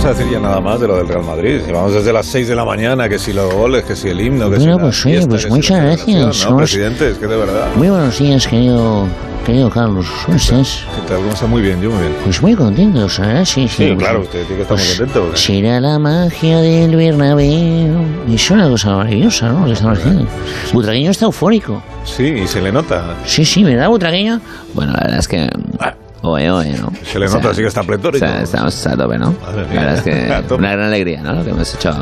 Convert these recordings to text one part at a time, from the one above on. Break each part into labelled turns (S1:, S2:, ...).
S1: Pues decir ya nada más de lo del Real Madrid. Vamos desde las 6 de la mañana, que si los goles, que si el himno, que
S2: bueno,
S1: si
S2: pues, oye, pues muchas gracias.
S1: ¿no? Presidente, es que de verdad.
S2: Muy buenos días, querido, querido Carlos. ¿Cómo estás?
S1: ¿Qué tal? ¿Cómo estás? Muy bien, yo muy bien.
S2: Pues muy contento, o sea, sí, pues
S1: sí. Sí, claro, usted tiene que estar muy contento. ¿eh? Porque...
S2: Será la magia del Bernabéu. Y es una cosa maravillosa, ¿no? Lo que estamos haciendo. Butragueño está eufórico.
S1: Sí, y se le nota.
S2: Sí, sí, ¿verdad, Butragueño? Bueno, la verdad es que... Oye, oye, ¿no?
S1: Se le nota, o sea, así que está pletórico.
S2: O sea, estamos a tope, ¿no? Madre mía. La verdad es que una gran alegría, ¿no? Lo que hemos hecho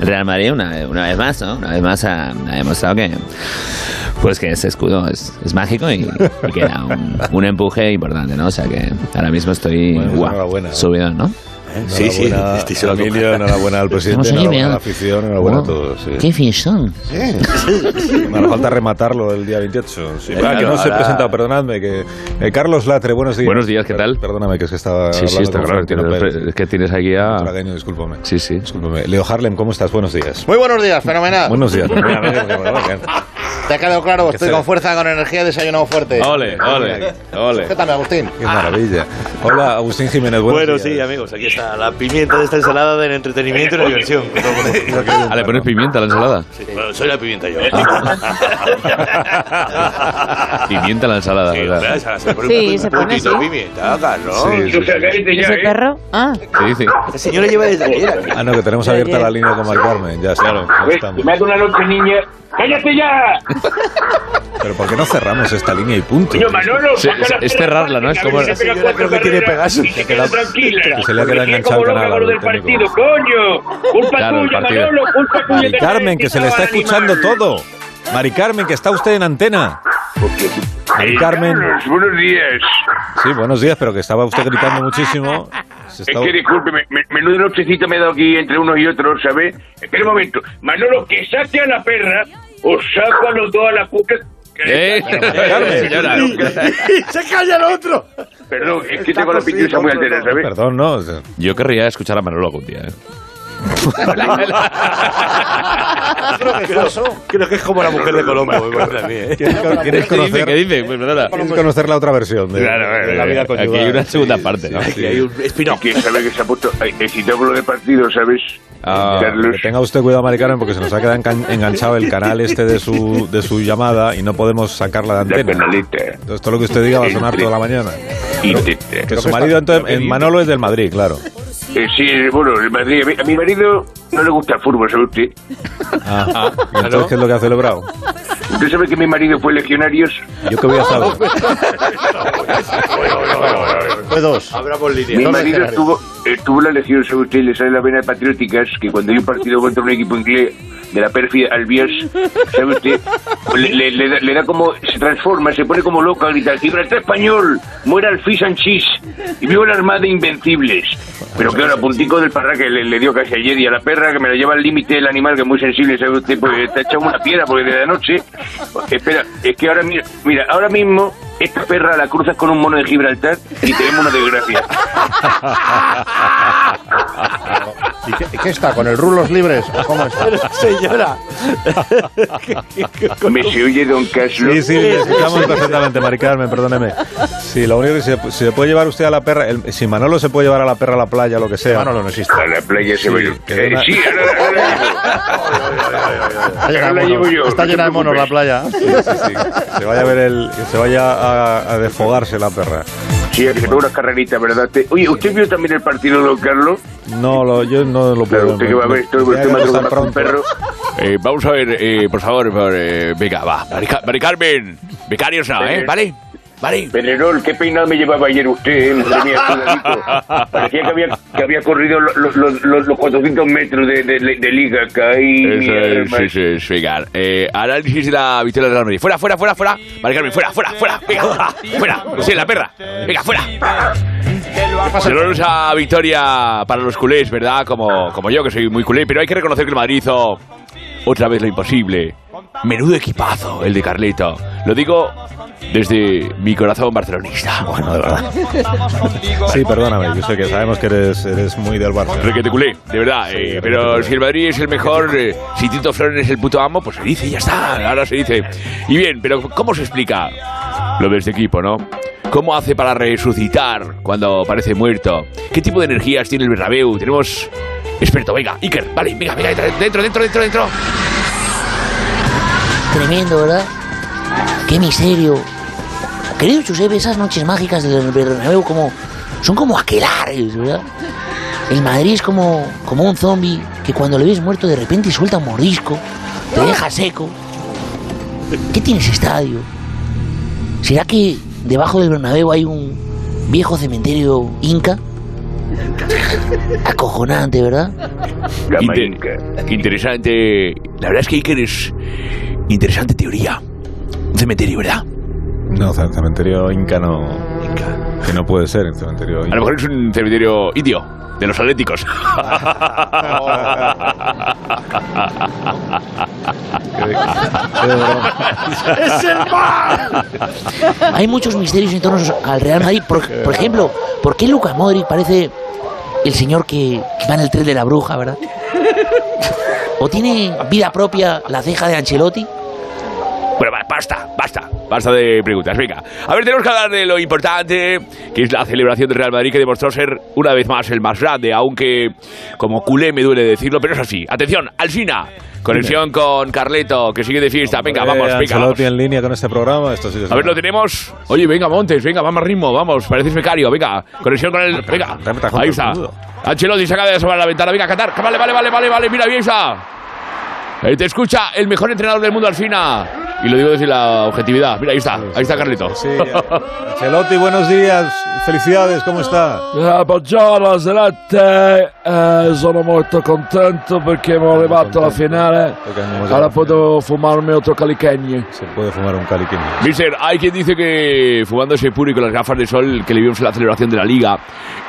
S2: Real Madrid una, una vez más, ¿no? Una vez más ha, ha, demostrado que, pues que ese escudo es, es mágico y, y que da un, un, empuje importante, ¿no? O sea que ahora mismo estoy bueno, guau, subido, ¿no?
S1: ¿Eh? Sí, sí, estoy sí, familia, enhorabuena
S2: pues
S1: al presidente, enhorabuena a la afición, enhorabuena wow. a todos. Sí.
S2: ¡Qué fiestón!
S1: Sí. Me hará falta rematarlo el día 28. Sí, eh, claro, que no hola. se he presentado, perdonadme. Que, eh, Carlos Latre, buenos días.
S3: Buenos días, ¿qué tal?
S1: Perdóname, que es que estaba
S3: Sí, sí, está claro. es que tienes aquí a...
S1: Tragueño, discúlpame.
S3: Sí, sí.
S1: Discúlpame. Leo Harlem, ¿cómo estás? Buenos días.
S4: Muy buenos días, fenomenal.
S1: Buenos días.
S4: Te ha quedado claro, estoy con fuerza, con energía, desayunado fuerte. Ah,
S3: Ole, ole, ole.
S4: Sujétame, Agustín.
S1: Qué maravilla. Hola, Agustín Jiménez, buenos
S5: Bueno, sí, amigos, aquí está la pimienta de esta ensalada del entretenimiento y la diversión.
S3: ah, ¿le pones pimienta a la ensalada?
S5: Sí, bueno, soy la pimienta yo.
S3: pimienta a la ensalada,
S5: Sí,
S3: ¿verdad?
S5: ¿verdad? Se pone sí,
S6: un, se pone así.
S5: pimienta, Carlos.
S6: sí,
S5: Sí,
S6: sí,
S7: ¿eh?
S6: ¿Ese perro? Ah.
S3: ¿Qué dice?
S5: La señora lleva desde ayer.
S1: Ah, no, que tenemos abierta la línea con Mar Carmen, ya, claro.
S7: Me mete una noche, niña. ¡Cállate ya!
S1: Pero ¿por qué no cerramos esta línea y punto? Coño,
S7: Manolo,
S3: sí, es, es, cerrarla, ¿no? Es como...
S7: Se pega cuatro
S3: que
S7: tiene Pegasus.
S3: Se
S7: queda tranquila.
S1: Que se le ha quedado enganchado el canal.
S7: del partido, coño. Culpa
S3: Claro, el
S7: tuya,
S3: partido.
S7: Manolo, culpa tuya.
S1: Mari Carmen, que se le está escuchando todo. Mari Carmen, que está usted en antena. Mari Carmen.
S7: Carlos, buenos días.
S1: Sí, buenos días, pero que estaba usted gritando muchísimo.
S7: Se está... Es que disculpe, me, me, menuda nochecita me he dado aquí entre unos y otros, ¿sabes? Espera un momento. Manolo, que saque a la perra o saco a los dos a la puta.
S3: ¿Eh? Carmen,
S4: ¡Se calla el otro!
S7: Perdón, es que tengo la pintura muy altera, ¿sabes?
S1: Perdón, no.
S3: Yo querría escuchar a Manolo algún día, ¿eh?
S4: creo, que es
S5: creo que es como la mujer de Colombo, me parece a mí. ¿eh?
S1: ¿Quieres conocer,
S3: ¿Qué dice? Pues perdona.
S1: ¿Quieres conocer la otra versión? De,
S3: Claro,
S1: de
S3: la vida aquí hay una segunda parte,
S1: Ah,
S3: ¿no?
S5: Aquí hay un espino.
S7: Que sabe que se ha puesto eh, excitáculo de partido, ¿sabes?
S1: Ah, que tenga usted cuidado, Mari Carmen, porque se nos ha quedado engan- enganchado el canal este de su, de su llamada y no podemos sacarla de
S7: La
S1: antena.
S7: canalita.
S1: Entonces, todo lo que usted diga va a sonar toda la mañana.
S7: Y
S1: Que su marido, entonces, en Manolo es del Madrid, claro.
S7: Eh, sí, bueno, el Madrid, a mi, a mi marido no le gusta el fútbol, ¿sabe usted?
S1: Ah, entonces, ¿qué es lo que ha celebrado?
S7: ¿Usted sabe que mi marido fue legionarios?
S1: Yo qué voy a saber.
S4: Fue dos.
S5: Abramos línea.
S7: Mi
S4: no me
S7: marido
S4: dejarás.
S7: estuvo, estuvo en eh, la legión, ¿sabe usted? Le sale la vena patriótica, es que cuando hay un partido contra un equipo inglés de la pérfida Albias, ¿sabe usted? Le, le- le da, le da como, se transforma, se pone como loca, grita, Gibraltar español, muera el fish and cheese, y vio la armada de invencibles. Pero claro, a puntico del parra que le, le dio casi ayer y a la perra que me la lleva al límite el animal que es muy sensible, ¿sabe usted? Pues está echado una piedra porque de la noche... Espera, es que ahora, mira, mira ahora mismo... Esta perra la cruzas con un mono de Gibraltar y tenemos una desgracia.
S4: ¿Y qué, qué está? ¿Con el rulos libres? ¿O ¿Cómo está?
S5: Señora.
S7: Me se oye Don Caslo.
S1: Sí, sí, le escuchamos perfectamente, Mari Carmen, perdóneme. Sí, lo único que se, se puede llevar usted a la perra, el- si Manolo se puede llevar a la perra a la playa, lo que sea.
S4: Manolo no existe.
S7: A la playa se va a ir.
S1: que de
S7: Eh,
S1: una-
S7: Sí, ahora,
S4: Está llena
S7: ahora la
S4: de
S7: llevo
S4: monos.
S7: yo.
S4: Está
S7: no
S4: llena
S7: te
S4: de monos la
S7: preocupes.
S4: playa.
S1: Sí, sí, sí. Que Se vaya a ver el, que se vaya a, a desfogarse la perra.
S7: Sí, que se pega unas carreritas, ¿verdad? Te- Oye, ¿usted vio también el partido, Don Carlos?
S1: No, lo, yo no lo puedo.
S7: Claro, usted que va a ver, estoy
S1: Ya
S7: estoy
S1: que
S7: madrugando
S1: está
S7: con un perro.
S1: pronto.
S3: Eh, vamos a ver, eh, por favor, por, eh, venga, va. Mari, Ca- Mari Carmen, becarios no, ¿eh? ¿Vale?
S7: Pedrerol, qué peinado me llevaba ayer usted, eh, madre mía, sudadito. Parecía que había, que había corrido los, los, los, los 400 metros de, de, de liga acá. Ay, mi
S3: Eso es,
S7: alma.
S3: sí, sí, sí, venga. Eh, análisis de la victoria de Real Madrid. Fuera, fuera, fuera, fuera. Mari Carmen, fuera, fuera, fuera. Venga, fuera. Sí, la perra. Venga, fuera. Dolorosa victoria para los culés, ¿verdad? Como, como yo, que soy muy culé. Pero hay que reconocer que el Madrid hizo otra vez lo imposible. Menudo equipazo el de Carleto. Lo digo desde mi corazón barcelonista. Bueno, de verdad.
S1: Sí, perdóname, yo sé que sabemos que eres, eres muy del Barça.
S3: Requete culé, de verdad. eh, pero si el Madrid es el mejor, eh, si Tito Flores es el puto amo, pues se dice y ya está. Ahora se dice. Y bien, pero ¿cómo se explica lo de este equipo, no? ¿Cómo hace para resucitar cuando parece muerto? ¿Qué tipo de energías tiene el Bernabéu? Tenemos... Experto, venga, Iker, vale, venga, venga, entra, dentro, dentro, dentro, dentro.
S2: Tremendo, ¿verdad? Qué misterio. Querido Josep, esas noches mágicas del Bernabéu como, son como aquelares, ¿verdad? El Madrid es como, como un zombie que cuando le ves muerto de repente suelta un mordisco, te deja seco. ¿Qué tiene ese estadio? ¿Será que debajo del Bernabéu hay un viejo cementerio inca? Acojonante, ¿verdad?
S3: Inter- interesante. La verdad es que Iker es interesante teoría. Un cementerio, ¿verdad?
S1: No, ce- cementerio Inca no. Que no puede ser el cementerio
S3: A
S1: Inca.
S3: lo mejor es un cementerio indio, de los atléticos.
S8: ¡Es el mar!
S2: Hay muchos misterios en torno al Real Madrid. Por, por ejemplo, ¿por qué Luca Modric parece el señor que, que va en el tren de la bruja, verdad? ¿O tiene vida propia la ceja de Ancelotti?
S3: Bueno, va, basta, basta, basta de preguntas, venga. A ver, tenemos que hablar de lo importante, que es la celebración del Real Madrid, que demostró ser una vez más el más grande, aunque como culé me duele decirlo, pero es así. Atención, Alsina, conexión con Carleto, que sigue de fiesta. Venga,
S1: Hombre,
S3: vamos, venga.
S1: Eh, Ancelotti en línea con este programa, esto sí que es
S3: A ver,
S1: una-
S3: lo tenemos. Oye, venga, Montes, venga, vamos al ritmo, vamos, pareces becario, venga, conexión con el. Venga, ahí está. Ancelotti se acaba de asomar a la ventana, venga, Qatar, que vale, vale, vale, vale, vale, mira, bien está. Eh, te escucha el mejor entrenador del mundo, Alfina. Y lo digo desde la objetividad. Mira, ahí está, ahí está Carlito.
S1: Ancelotti, buenos días, felicidades, ¿cómo está?
S9: Eh, buongiorno Zelette, eh, sono molto contento perché abbiamo arrivato alla finale. Ahora puedo fumarme otro caliqueño.
S1: Se puede fumar un caliqueño.
S3: Mister, hay quien dice que fumándose puro y con las gafas de sol que le vimos en la celebración de la liga,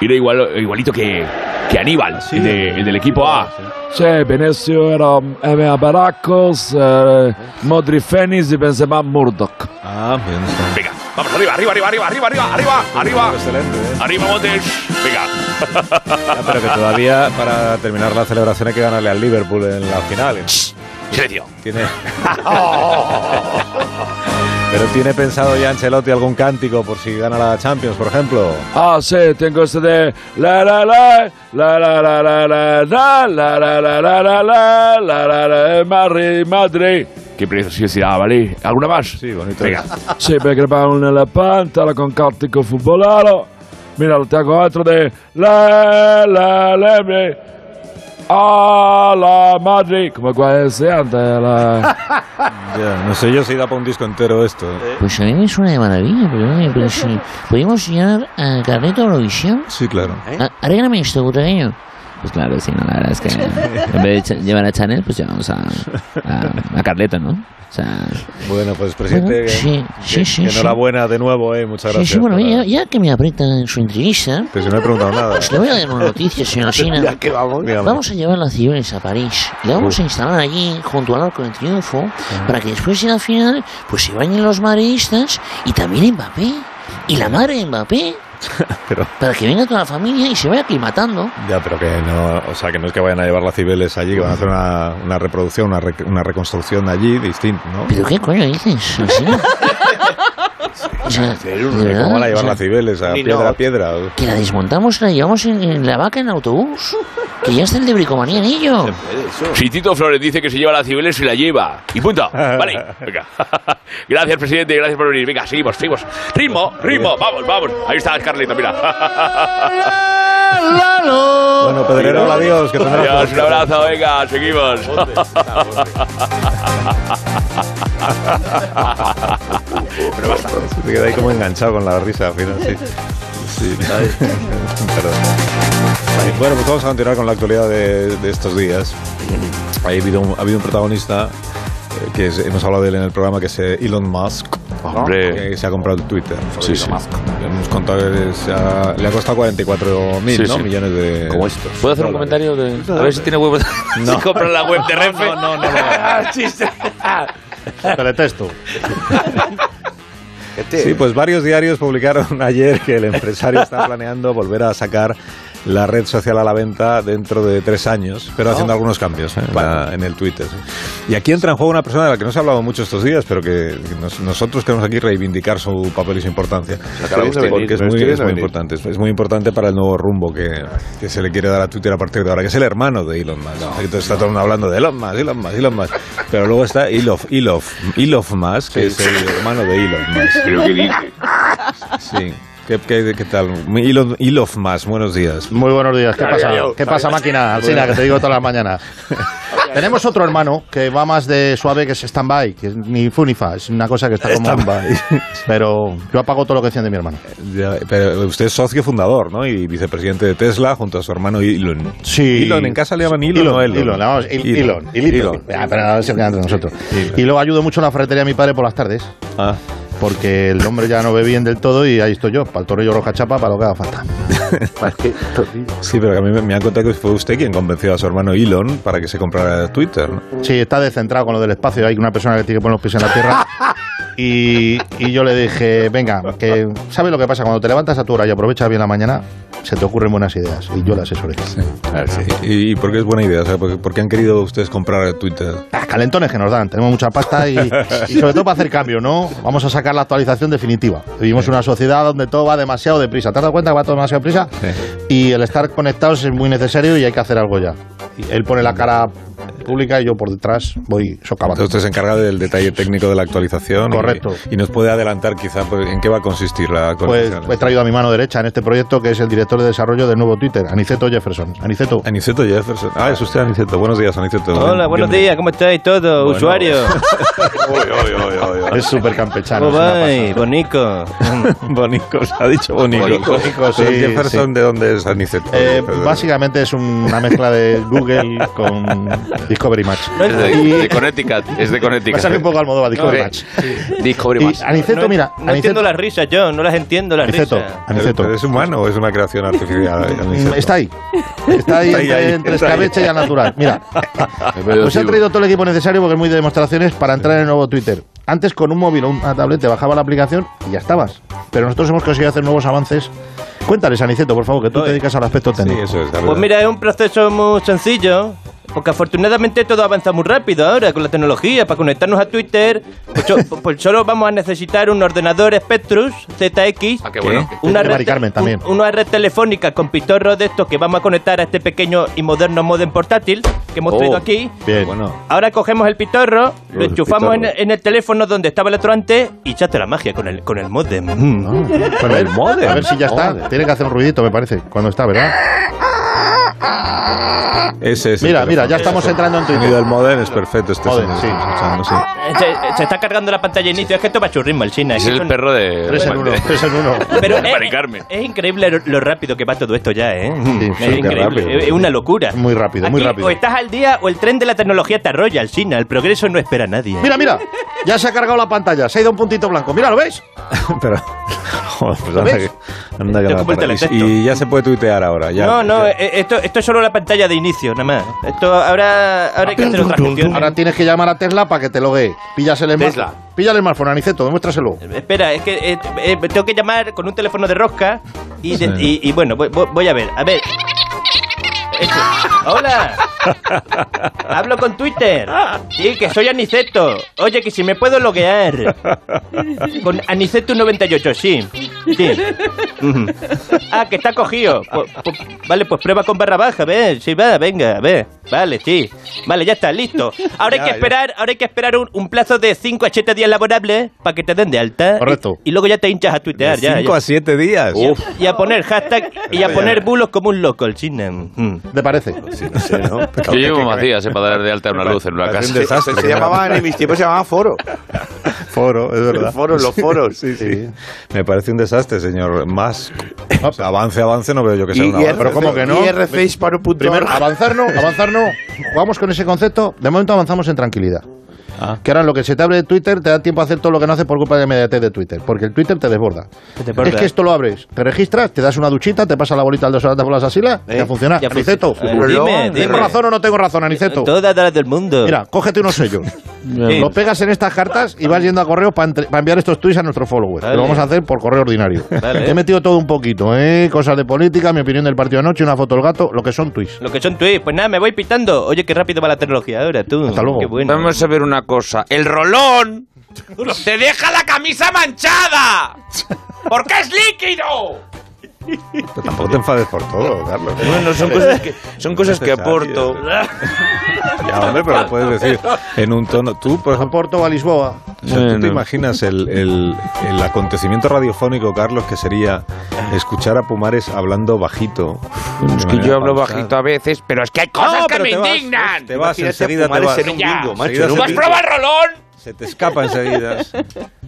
S3: era igual, igualito que, que Aníbal, el, de- el del equipo A.
S9: C'è Benessio, era Emea Baracos, eh, Modri Fenis e Benzema Murdoch.
S1: Ah, bien.
S3: Venga, vamos arriba, arriba, arriba, arriba, arriba, arriba, arriba, arriba. Arriba, Montes. Venga.
S1: eh. Pero que todavía para terminar la celebración hay que ganarle al Liverpool en la final. ¿eh?
S3: Silencio.
S1: Tiene, pero tiene pensado ya Ancelotti algún cántico por si gana la Champions, por ejemplo.
S9: Ah, sí, tengo este de la la la la la la la la la la la la la la la la la la Madrid, Madrid.
S3: Qué preciosidad, ¿vale? ¿Alguna más? Sí,
S1: bonito.
S3: Venga.
S9: Sì, perché parlo nella pantala con cartico footballaro. Mira, lo tengo altro de la la la me. A la Madrid. Come qua è seante la...
S1: Ya, no sé yo si da para un disco entero esto. ¿eh?
S2: Pues a mí me suena de maravilla, pero, pero si podemos llegar a Carleto Eurovisión. Ah,
S1: Sí, claro.
S2: A- Arréglame esto, puteño.
S10: Pues claro, sí, no, la verdad es que en vez de ch- llevar a Chanel, pues llevamos a, a, a Carleto, ¿no? O sea,
S1: Bueno, pues presidente,
S2: Bueno, sí,
S1: que-
S2: sí, sí,
S1: que
S2: sí.
S1: enhorabuena de nuevo, eh, muchas
S2: Sí,
S1: gracias.
S2: sí, bueno, ya, ya que me aprieta en su entrevista,
S1: Pero si no he preguntado nada.
S2: pues le voy a dar una noticia, señor Sina.
S1: Ya que vamos. Dígame.
S2: Vamos a llevar las ciberes a París. Le vamos a instalar allí, junto al Arco del Triunfo, para que después en la final, pues se bañen los madridistas y también Mbappé. Y la madre de Mbappé.
S1: Pero-
S2: Para que venga toda la familia y se vaya aclimatando.
S1: Ya, pero que no, o sea, que no es que vayan a llevar las cibeles allí, que van a hacer una, una reproducción, una, rec- una reconstrucción allí distinta, ¿no?
S2: ¿Pero qué coño dices? ¿Así? O sea, de
S1: Que
S2: verdad,
S1: ¿Cómo van a llevar
S2: o sea,
S1: las cibeles? ¿A
S2: Ni
S1: piedra
S2: no.
S1: a piedra?
S2: Que la desmontamos y la llevamos en, en la vaca en autobús. Que ya está el de bricomanía en ello.
S3: Si Tito Flores dice que se lleva la Cibeles, se la lleva. Y punto. Vale. Venga. Gracias, presidente. Gracias por venir. Venga, seguimos, seguimos. Ritmo, ritmo. Vamos, vamos. Ahí está Carlito, mira.
S1: Bueno, Pedrerol, adiós. Que tendrás
S3: Adiós, un
S1: suerte.
S3: abrazo. Venga, seguimos.
S1: Pero basta. Se te queda ahí como enganchado con la risa al final, sí. Sí. Perdón. Ay, Bueno, pues vamos a continuar con la actualidad de, de estos días. Ha habido un, ha habido un protagonista eh, que es- hemos hablado de él en el programa, que es eh, Elon Musk.
S3: Hombre.
S1: Que se ha comprado Twitter.
S3: Sí, sí.
S1: Hemos contado que se ha- le ha costado 44 mil
S3: Sí, sí.
S1: millones de.
S3: Como esto. ¿Puedo hacer un comentario? De, a ver si tiene huevos.
S1: No.
S3: si compra la web de Renfe. Ah,
S1: No, no, no. Teletexto. Sí, pues varios diarios publicaron ayer que el empresario está planeando volver a sacar la red social a la venta dentro de tres años,
S4: Ah.
S1: pero haciendo algunos cambios ¿eh? en, la- en el Twitter. sí. Y aquí entra en juego una persona de la que no se ha hablado mucho estos días, pero que nos- nosotros queremos aquí reivindicar su papel y su importancia.
S4: acabamos de venir,
S1: Porque es
S4: pero es
S1: muy,
S4: que viene
S1: es
S4: a
S1: muy
S4: venir.
S1: importante, es, es muy importante para el nuevo rumbo que, que se le quiere dar a Twitter a partir de ahora, que es el hermano de Elon Musk. Entonces está todo el mundo hablando de Elon Musk, Elon Musk, Elon Musk. Pero luego está Elof, Elof, Elof Musk, que
S7: Sí.
S1: es el hermano de Elon Musk.
S7: Pero qué dice.
S1: Sí. ¿Qué, qué, qué tal? Elon, Elof Musk, buenos días.
S4: Muy buenos días. ¿Qué
S1: Ya,
S4: pasa?
S1: ya, ya.
S4: ¿Qué pasa, máquina? Alcina, que te digo todas las mañanas. Tenemos otro hermano que va más de suave que es stand-by, que es ni fu ni fa, es una cosa que está como... Pero yo apago todo lo que decían de mi hermano.
S1: Ya, pero usted es socio fundador, ¿no? Y vicepresidente de Tesla junto a su hermano Elon.
S4: Sí.
S1: Elon, en casa le llaman Elon,
S4: Elon,
S1: o Elon.
S4: Elon, vamos, Il- Elon, Ilito. Ah, pero no, se queda entre nosotros. Y luego ayudo mucho en la ferretería a mi padre por las tardes.
S1: Ah.
S4: Porque el hombre ya no ve bien del todo y ahí estoy yo, para el tornillo roja chapa, para lo que haga falta.
S1: Sí, pero que a mí me, me han contado que fue usted quien convenció a su hermano Elon para que se comprara Twitter, ¿no?
S4: Sí, está descentrado con lo del espacio. Hay una persona que tiene que poner los pies en la tierra. Y, y yo le dije, venga, que ¿sabes lo que pasa? Cuando te levantas a tu hora y aprovechas bien la mañana, se te ocurren buenas ideas. Y yo las asesoré.
S1: Ah, ¿Y, y por qué es buena idea? O sea, ¿por, qué- por qué han querido ustedes comprar Twitter?
S4: Ah, calentones que nos dan, tenemos mucha pasta y, y sobre todo para hacer cambio, ¿no? Vamos a sacar la actualización definitiva. Vivimos en una sociedad donde todo va demasiado deprisa. ¿Te has dado cuenta que va todo demasiado deprisa? Y el estar conectados es muy necesario y hay que hacer algo ya. Y él pone la cara pública y yo por detrás voy socavando.
S1: Entonces usted se encarga del detalle técnico de la actualización. y-
S4: Correcto.
S1: Y, nos puede adelantar quizá pues, en qué va a consistir la
S4: Pues
S1: actualización.
S4: he traído a mi mano derecha en este proyecto que es el director de desarrollo del nuevo Twitter, Aniceto Jefferson. Aniceto. Ah,
S1: Aniceto Jefferson. Ah, es usted Aniceto. Buenos días, Aniceto.
S6: Hola, buenos días, ¿cómo estáis todos,
S1: Bueno.
S6: usuarios?
S4: Es súper campechano.
S6: ¿Cómo vais? Bonico.
S1: Bonicos, ha dicho bonicos.
S6: Bonicos,
S4: bonicos,
S1: Pero
S4: sí,
S1: Jefferson,
S4: sí.
S1: ¿de dónde es Aniceto?
S4: Eh,
S1: Perdón.
S4: básicamente es una mezcla de Google con Discovery Match.
S3: Es de, de Connecticut. Es de Connecticut.
S4: Me sale un poco Almodóvar, Discovery
S3: Sí.
S4: Match.
S3: Discovery
S4: Y
S3: Match.
S4: Aniceto,
S6: No-
S4: mira,
S6: No entiendo las risas yo, no las entiendo las risas.
S1: Aniceto. ¿Es humano o es una creación artificial? Aniceto?
S4: Mm, está ahí. Está ahí
S1: Está ahí, ahí,
S4: entre, entre
S1: está ahí.
S4: escabeche y al natural. Mira, Pues he traído todo el equipo necesario porque es muy de demostraciones para entrar en el nuevo Twitter. Antes con un móvil o una tablet te bajaba la aplicación y ya estabas. Pero nosotros hemos conseguido hacer nuevos avances. Cuéntales, Aniceto, por favor, que tú te dedicas al aspecto técnico.
S1: Sí, eso es,
S6: Pues mira, es un proceso muy sencillo. Porque afortunadamente todo avanza muy rápido ahora con la tecnología. Para conectarnos a Twitter, pues, so- pues solo vamos a necesitar un ordenador Spectrus ZX.
S4: Ah, qué bueno.
S6: Una
S4: De
S6: red,
S4: Mari Carmen también.
S6: un- una red telefónica con pitorros de estos que vamos a conectar a este pequeño y moderno modem portátil que hemos
S3: Oh,
S6: traído aquí.
S4: Bien.
S6: Ahora cogemos el pitorro, lo
S4: Oh. El
S6: enchufamos en,
S4: pitorro.
S6: en el teléfono donde estaba el otro antes y echaste la magia con el, con el modem. Mm.
S4: Con el A ver si ya está. Tiene que hacer un ruidito, me parece, cuando está, ¿verdad?
S1: Ese es el
S4: Mira, Ah, mira,
S1: teléfono.
S4: ya estamos entrando en Twitter.
S1: Sonido del modem es perfecto. Este
S4: Modem,
S1: sonido
S4: sí.
S1: que estamos escuchando, sí.
S6: Se, se está cargando la pantalla de inicio, es que esto va a su ritmo, el China.
S3: Es el perro de.
S6: Tres en uno, tres
S4: en uno.
S6: Pero es,
S3: Mari Carmen.
S6: es increíble lo, lo rápido que va todo esto ya, ¿eh?
S4: Sí,
S6: es
S4: súper
S6: increíble,
S4: rápido.
S6: es- es una locura.
S4: Muy rápido, muy
S6: Aquí
S4: rápido.
S6: O estás al día o el tren de la tecnología te arrolla, el China. El progreso no espera a nadie. ¿eh?
S4: Mira, mira, ya se ha cargado la pantalla, se ha ido un puntito blanco. Mira, ¿lo veis?
S1: Pero. Joder, pues anda
S4: ¿Ves?
S1: que. Anda que
S6: Yo
S1: no
S6: como el
S1: para. Y-
S6: teletexto.
S1: Y ya se puede tuitear ahora. Ya.
S6: no, no, eh, esto, esto es solo la pantalla de inicio, nada más. Esto ahora, ahora hay que hacer otras gestiones.
S4: Ahora tienes que llamar a Tesla para que te logue. Pillas el smartphone.
S6: Tesla.
S4: Pilla el smartphone, Aniceto, demuéstraselo.
S6: Espera, es que eh, eh, tengo que llamar con un teléfono de rosca y, de-
S4: Sí.
S6: y- y bueno, voy, voy- voy a ver. A ver. Eso. Hola. Hablo con Twitter. Sí, que soy Aniceto. Oye, que si me puedo loguear. Con Aniceto98, sí. Sí. Ujú. Ah, que está cogido. Po- po- vale, pues prueba con barra baja, a ver. Sí, va, venga, a ver. Vale, sí. Vale, ya está, listo. Ahora
S4: Ya,
S6: hay que
S4: ya.
S6: esperar, ahora hay que esperar un, un plazo de 5 a 7 días laborables para que te den de alta.
S4: Correcto.
S6: Y, y luego ya te hinchas a tuitear. ya,
S1: 5
S6: ya.
S1: a 7 días.
S6: Y a poner hashtag y a poner bulos como un loco, el chisnem. Mm.
S4: ¿Te parece?
S11: no sé, ¿no? Yo llevo unos días eh, para dar de alta una luz en una
S1: Parece
S11: casa.
S1: un desastre.
S11: Se
S1: que
S11: llamaba
S1: llama-
S5: En mis tiempos se llamaba foro.
S1: Foro, es verdad.
S5: Foros, los foros.
S1: Sí, sí. Me parece un desastre, señor. Más o sea, avance, avance, no veo yo que sea
S4: Y-
S1: un
S4: y
S1: avance.
S4: pero ¿cómo que no? Primero, avanzar no, avanzar no. Jugamos con ese concepto. De momento avanzamos en tranquilidad.
S1: Ah.
S4: Que ahora lo que se te abre de Twitter te da tiempo a hacer todo lo que no haces por culpa de la inmediatez de Twitter, porque el Twitter te desborda.
S6: desborda.
S4: Es que esto lo abres, te registras, te das una duchita, te pasa la bolita al dos horas por las asilas, ya funciona.
S6: Eh. ya
S4: Aniceto,
S6: funciona. Pero
S4: ¿tengo
S6: dime, dime.
S4: razón o no tengo razón, Aniceto?
S6: Todas las del mundo.
S4: Mira, cógete unos sellos.
S6: Sí.
S4: Lo pegas en estas cartas y vas yendo a correo para enviar estos tweets a nuestros followers. que
S6: Vale.
S4: Lo vamos a hacer por correo ordinario.
S6: Vale.
S4: He metido todo un poquito, ¿eh? Cosas de política, mi opinión del partido anoche, una foto del gato, lo que son tweets.
S6: Lo que son tweets. Pues nada, me voy pitando. Oye, qué rápido va la tecnología ahora, tú. Hasta luego. Qué bueno.
S11: Vamos a ver una cosa. El rolón
S3: ¡Te deja la camisa manchada! ¡Porque es líquido!
S1: Pero tampoco te enfades por todo, Carlos.
S11: Bueno, son cosas que- son cosas que aporto.
S1: Ya, hombre, pero lo puedes decir en un tono. Tú, por ejemplo,
S4: Porto a Lisboa.
S1: O sea, ¿Tú te imaginas el, el- el acontecimiento radiofónico, Carlos, que sería escuchar a Pumares hablando bajito?
S11: Es que yo hablo bajito a veces, pero es que hay cosas que me indignan.
S1: Te vas
S11: Imagínate
S1: enseguida, te
S11: fumar
S1: vas.
S11: ese en un
S1: Ya.
S11: bingo, macho,
S1: Enseguida
S11: en un
S1: se
S11: bingo.
S1: te-
S11: ¡Prueba el rolón!
S1: Se te escapa enseguida.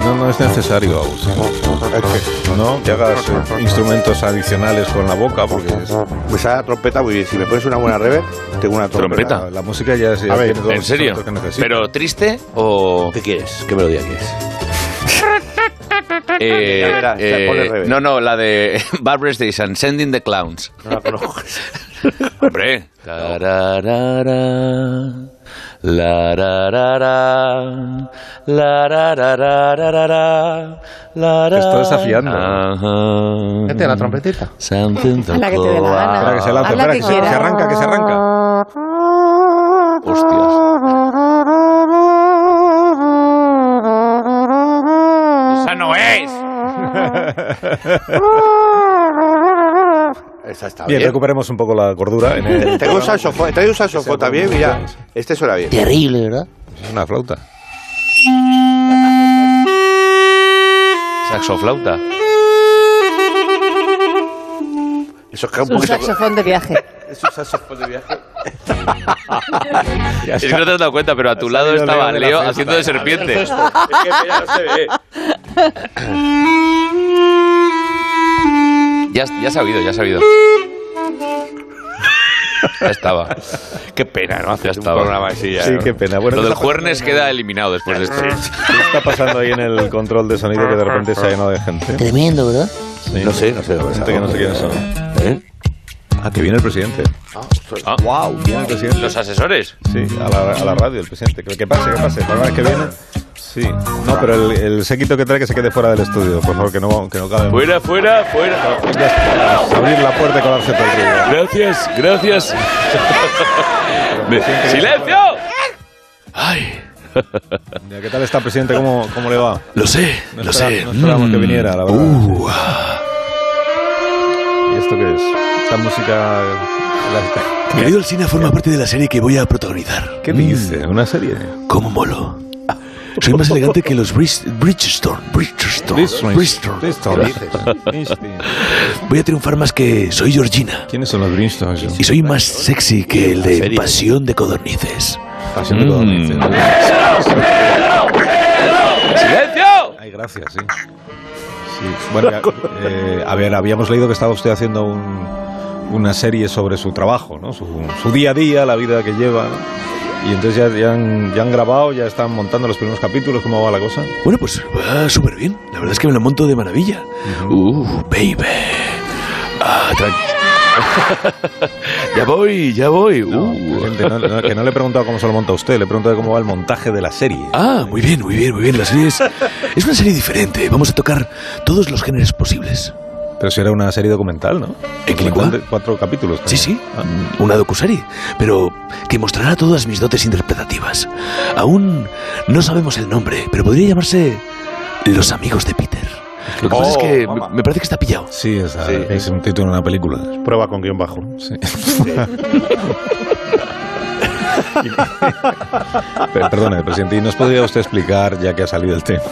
S1: No, no es necesario, Agus. Es que No, que hagas eh, instrumentos adicionales con la boca porque... es-
S5: Pues a la trompeta muy bien. Si me pones una buena reverb, tengo una trompeta.
S1: La, la música ya, se
S5: A ver,
S1: todos
S5: ¿en
S1: los
S5: serio?
S1: instrumentos que necesita.
S11: ¿Pero triste o...?
S5: ¿Qué quieres? ¿Qué melodía quieres?
S11: Eh,
S5: Ya verás, te
S11: eh,
S5: pones rebelde.
S11: no, no, la de Barbara's Days and Sending the Clowns.
S5: No la conozco.
S11: Hombre. Tararara, lararara, lararararara,
S1: Te estoy desafiando.
S11: Ajá.
S4: Vete a la trompetita.
S11: Something to
S4: Hazla que te dé la
S3: Ah,
S4: gana.
S1: Ah, Espera que se lance,
S4: Haz la que
S1: espera que, se,
S4: quieras.
S1: que arranca, que se arranca.
S3: ¡Esa no es!
S5: Esa está
S1: Bien,
S5: bien.
S1: recuperemos un poco la gordura. En el
S5: Tengo un saxofón, traigo un saxofón también, mira. Este suena bien.
S1: Terrible, ¿verdad? Es una flauta.
S11: Saxoflauta.
S5: Eso es que un
S12: Es un
S5: poquito.
S12: saxofón de viaje.
S5: Es un saxofón de viaje.
S11: Es que no te has dado cuenta, pero a tu lado
S5: salido
S11: estaba
S5: Leo de
S11: Leo,
S5: la fiesta.
S11: haciendo de serpiente. Ya, ya se ha oído, ya se ha oído. Ya estaba. Qué pena, ¿no? Hacer un
S5: programa así ya,
S1: Sí, ¿no? qué pena. Bueno,
S11: Lo
S1: ¿qué
S11: del
S1: está pasando
S11: Juernes queda eliminado después de este. esto.
S1: ¿Qué está pasando ahí en el control de sonido que de repente se ha llenado de gente?
S2: Tremendo, ¿verdad?
S1: No sé, no sé. Gente que no sé quiénes son.
S5: ¿Eh?
S1: Ah, que viene el presidente.
S5: Ah.
S1: Pues,
S11: Wow,
S1: Viene el presidente.
S11: Los asesores.
S1: Sí, a la, a la radio, el presidente. Que, que pase, que pase. La vez que viene. Sí. No, pero el, el séquito que trae que se quede fuera del estudio. Por favor, que no, que no cabe.
S3: Fuera, fuera, fuera.
S1: Abrir la puerta y colarse por el río.
S3: Gracias, gracias. Me- ¡Silencio! ¡Ay!
S1: Mira, ¿Qué tal está, presidente? ¿Cómo, cómo le va?
S12: Lo sé,
S1: No
S12: lo
S1: espera-
S12: sé.
S1: No esperábamos que
S12: Mm.
S1: viniera, la verdad.
S12: Uh.
S1: ¿Y esto qué es? Esta música... eh, la-
S12: Querido Alsina forma parte de la serie que voy a protagonizar.
S1: ¿Qué
S11: Mm.
S1: dice? ¿Una serie?
S12: ¿Cómo molo? Soy más elegante que los Bris- Bridgestone. Bridgestone.
S1: Bridgestone.
S12: Bridgestone.
S1: Bridgestone.
S12: Voy a triunfar más que soy Georgina.
S1: ¿Quiénes son los Bridgestone?
S12: Y soy más sexy que el de
S1: Serie.
S12: Pasión de Codornices. Mm.
S1: Pasión de Codornices.
S3: ¡Silencio!
S1: Ay, gracias, sí. Sí, Bueno, ya, eh, a ver, habíamos leído que estaba usted haciendo un- una serie sobre su trabajo, ¿no? Su, su día a día, la vida que lleva. ¿no? Y entonces ya, ya han, ya han grabado, ya están montando los primeros capítulos, ¿cómo va la cosa?
S12: Bueno, pues va súper bien. La verdad es que me lo monto de maravilla. Uh, baby. Ah, tran- ya voy, ya voy. Uh.
S1: Gente, no- no- que no le he preguntado cómo se lo monta usted, le he preguntado cómo va el montaje de la serie.
S12: Ah, muy bien, muy bien, muy bien. La serie es, es una serie diferente. Vamos a tocar todos los géneros posibles.
S1: Pero si era una serie documental, ¿no? Documental de cuatro capítulos. Ah.
S12: Sí, sí, una docuserie, pero que mostrará todas mis dotes interpretativas. Aún no sabemos el nombre, pero podría llamarse Los Amigos de Peter. Lo que pasa es que
S4: Oh,
S1: Oh,
S12: me- me parece que está pillado.
S1: Sí, es, es un título de una película.
S4: Prueba con guión bajo.
S1: Sí. Pero, perdone, presidente, ¿y nos podría usted explicar, ya que ha salido el tema,